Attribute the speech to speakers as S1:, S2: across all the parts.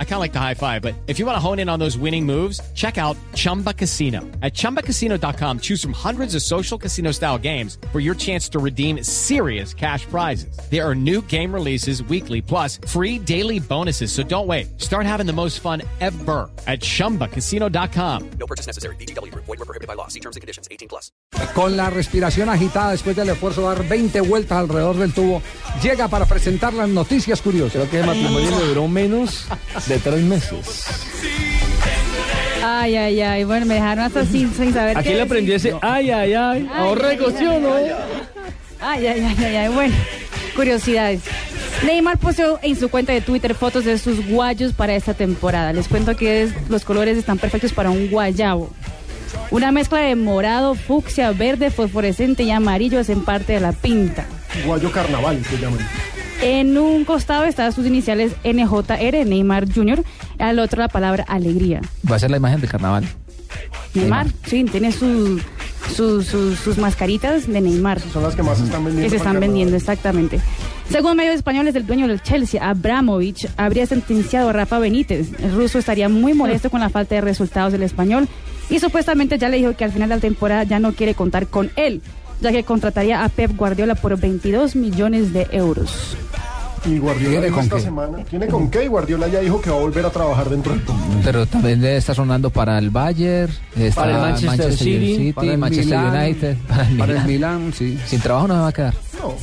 S1: I kind of like the high five, but if you want to hone in on those winning moves, check out Chumba Casino. At chumbacasino.com, choose from hundreds of social casino style games for your chance to redeem serious cash prizes. There are new game releases weekly, plus free daily bonuses. So don't wait. Start having the most fun ever at chumbacasino.com.
S2: No purchase necessary. BGW. Void were prohibited by law. See terms and conditions. 18 plus.
S3: Con la respiración agitada después del esfuerzo de dar 20 vueltas alrededor del tubo, llega para presentar las noticias curiosas.
S4: Creo que el matrimonio le duró menos de tres meses.
S5: Ay, ay, ay. Bueno, me dejaron hasta sin, sin saber
S4: Aquí
S5: qué
S4: le aprendí
S5: decir.
S4: ese ay, ay, ay.
S5: Ay,
S4: Ahorra
S5: ay, ay,
S4: cociono.
S5: Ay, ay, ay, ay, ay. Bueno, curiosidades. Neymar posteó en su cuenta de Twitter fotos de sus guayos para esta temporada. Les cuento que es- los colores están perfectos para un guayabo. Una mezcla de morado, fucsia, verde, fosforescente y amarillo hacen parte de la pinta.
S6: Guayo Carnaval se llaman.
S5: En un costado están sus iniciales NJR, Neymar Jr., al otro la palabra alegría.
S7: Va a ser la imagen del carnaval.
S5: Neymar, sí, tiene sus- sus- sus- sus mascaritas de Neymar.
S6: Son las que más se están vendiendo.
S5: que se
S6: para
S5: están
S6: el
S5: vendiendo,
S6: carnaval.
S5: exactamente. Según medios españoles, el dueño del Chelsea, Abramovich, habría sentenciado a Rafa Benítez. El ruso estaría muy molesto con la falta de resultados del español y supuestamente ya le dijo que al final de la temporada ya no quiere contar con él, ya que contrataría a Pep Guardiola por 22 millones de euros.
S6: Y Guardiola
S3: ¿Tiene
S6: dijo
S3: con
S6: esta
S3: qué?
S6: semana. ¿Tiene con qué? Y Guardiola ya dijo que va a volver a trabajar dentro del poco.
S7: Pero también le está sonando para el Bayern, está
S4: Para el Manchester City,
S3: para el
S7: Manchester
S3: Milán,
S7: United, para el
S3: Para el
S7: Milán.
S3: Milán, sí.
S7: Sin trabajo no me va a quedar.
S6: No.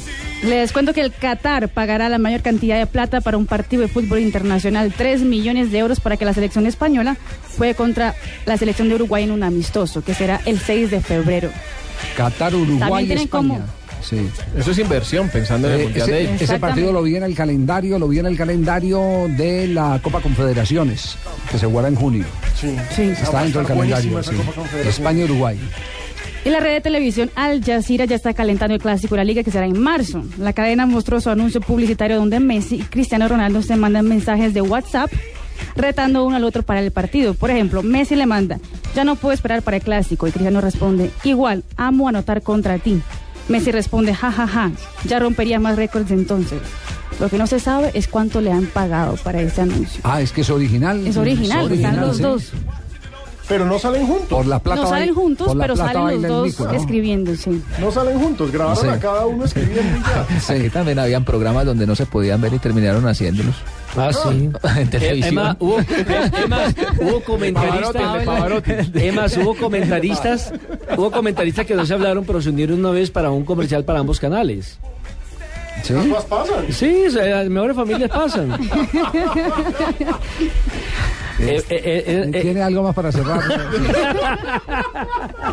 S5: Les cuento que el Qatar pagará la mayor cantidad de plata para un partido de fútbol internacional, 3 millones de euros para que la selección española juegue contra la selección de Uruguay en un amistoso, que será el 6 de febrero.
S3: Qatar, Uruguay,
S5: tienen
S3: España.
S5: como-
S3: Sí.
S4: Eso es inversión, pensando en el
S3: Eh,
S4: mundial de
S3: ese,
S4: ellos.
S3: ese partido lo vi en el calendario, lo vi en el calendario de la Copa Confederaciones, que se jugará en junio.
S6: Sí.
S3: Está dentro del calendario. sí. España-Uruguay.
S5: Y la red de televisión Al Jazeera ya está calentando el clásico de la liga que será en marzo. La cadena mostró su anuncio publicitario donde Messi y Cristiano Ronaldo se mandan mensajes de WhatsApp retando uno al otro para el partido. Por ejemplo, Messi le manda, ya no puedo esperar para el clásico. Y Cristiano responde, igual, amo anotar contra ti. Messi responde, ja, ja, ja, ya rompería más récords entonces. Lo que no se sabe es cuánto le han pagado para este anuncio.
S3: Ah, es que es original.
S5: Es original, están los
S3: sí.
S5: dos.
S6: Pero no salen juntos.
S3: Por la plata
S5: No salen
S3: baila-
S5: juntos,
S3: por la
S5: pero
S3: plata
S5: salen
S3: baila
S5: los
S3: el
S5: dos
S3: mico, ¿no?
S5: escribiéndose.
S6: No salen juntos. Grabaron
S3: Sí.
S6: a cada uno escribiendo y ya.
S7: Aquí también habían programas donde no se podían ver y terminaron haciéndolos.
S4: Ah, sí.
S7: en
S4: Emma,
S7: televisión.
S4: hubo, Emma, hubo comentaristas. Emma, hubo comentaristas. Hubo comentaristas que no se hablaron, pero se unieron una vez para un comercial para ambos canales.
S3: Sí.
S6: Las cosas pasan.
S4: Sí, o sea, las mejores familias pasan. Eh, eh, eh, eh, eh,
S3: ¿Tiene algo más para cerrar?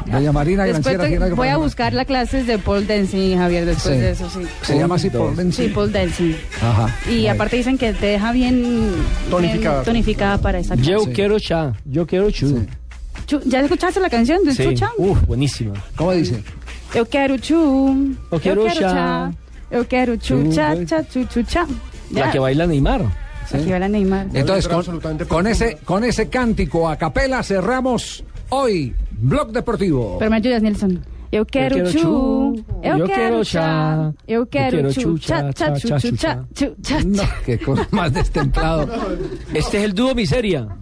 S3: Doña Marina
S5: Les
S3: Granciera,
S5: cuento-
S3: ¿tiene algo
S5: voy
S3: para
S5: a
S3: cerrar?
S5: buscar la clase de pole dancing, Javier, después
S3: Sí.
S5: de eso, sí.
S3: Se llama así
S4: Dos.
S3: por dentro.
S5: Sí, pole dancing.
S3: Ajá.
S5: Y
S3: Ahí.
S5: aparte dicen que te deja bien
S6: Tonificada.
S5: bien tonificada para esa clase.
S4: Yo
S3: Sí.
S4: quiero cha, yo quiero chu.
S5: Chu- ¿Ya escuchaste la canción de
S4: Sí. Uh.
S5: Chucha?
S4: Uf, buenísima.
S3: ¿Cómo dice?
S5: Yo quiero chu,
S4: Yo quiero cha.
S5: yo quiero chu,
S4: Chu,
S5: cha,
S4: güey.
S5: cha, chu, chu, cha. Ya.
S4: La que baila Neymar.
S5: Aquí va la Neymar.
S3: Entonces,
S6: letra
S3: con,
S6: absolutamente
S3: con ese,
S6: profunda.
S3: con ese cántico a capela cerramos hoy Blog Deportivo.
S5: Pero me ayudas, Nelson. Yo quiero
S4: quiero
S5: chu,
S4: chu,
S5: yo
S4: yo
S5: quiero
S4: quiero
S5: cha,
S4: cha,
S5: yo
S4: yo
S5: quiero
S4: quiero
S5: chu,
S4: chu,
S5: cha,
S4: cha,
S5: cha, chu,
S4: cha,
S5: chu,
S4: chu,
S5: cha, chu, cha,
S3: No,
S5: cha.
S3: qué cosa más destemplado.
S4: Este es el dúo miseria.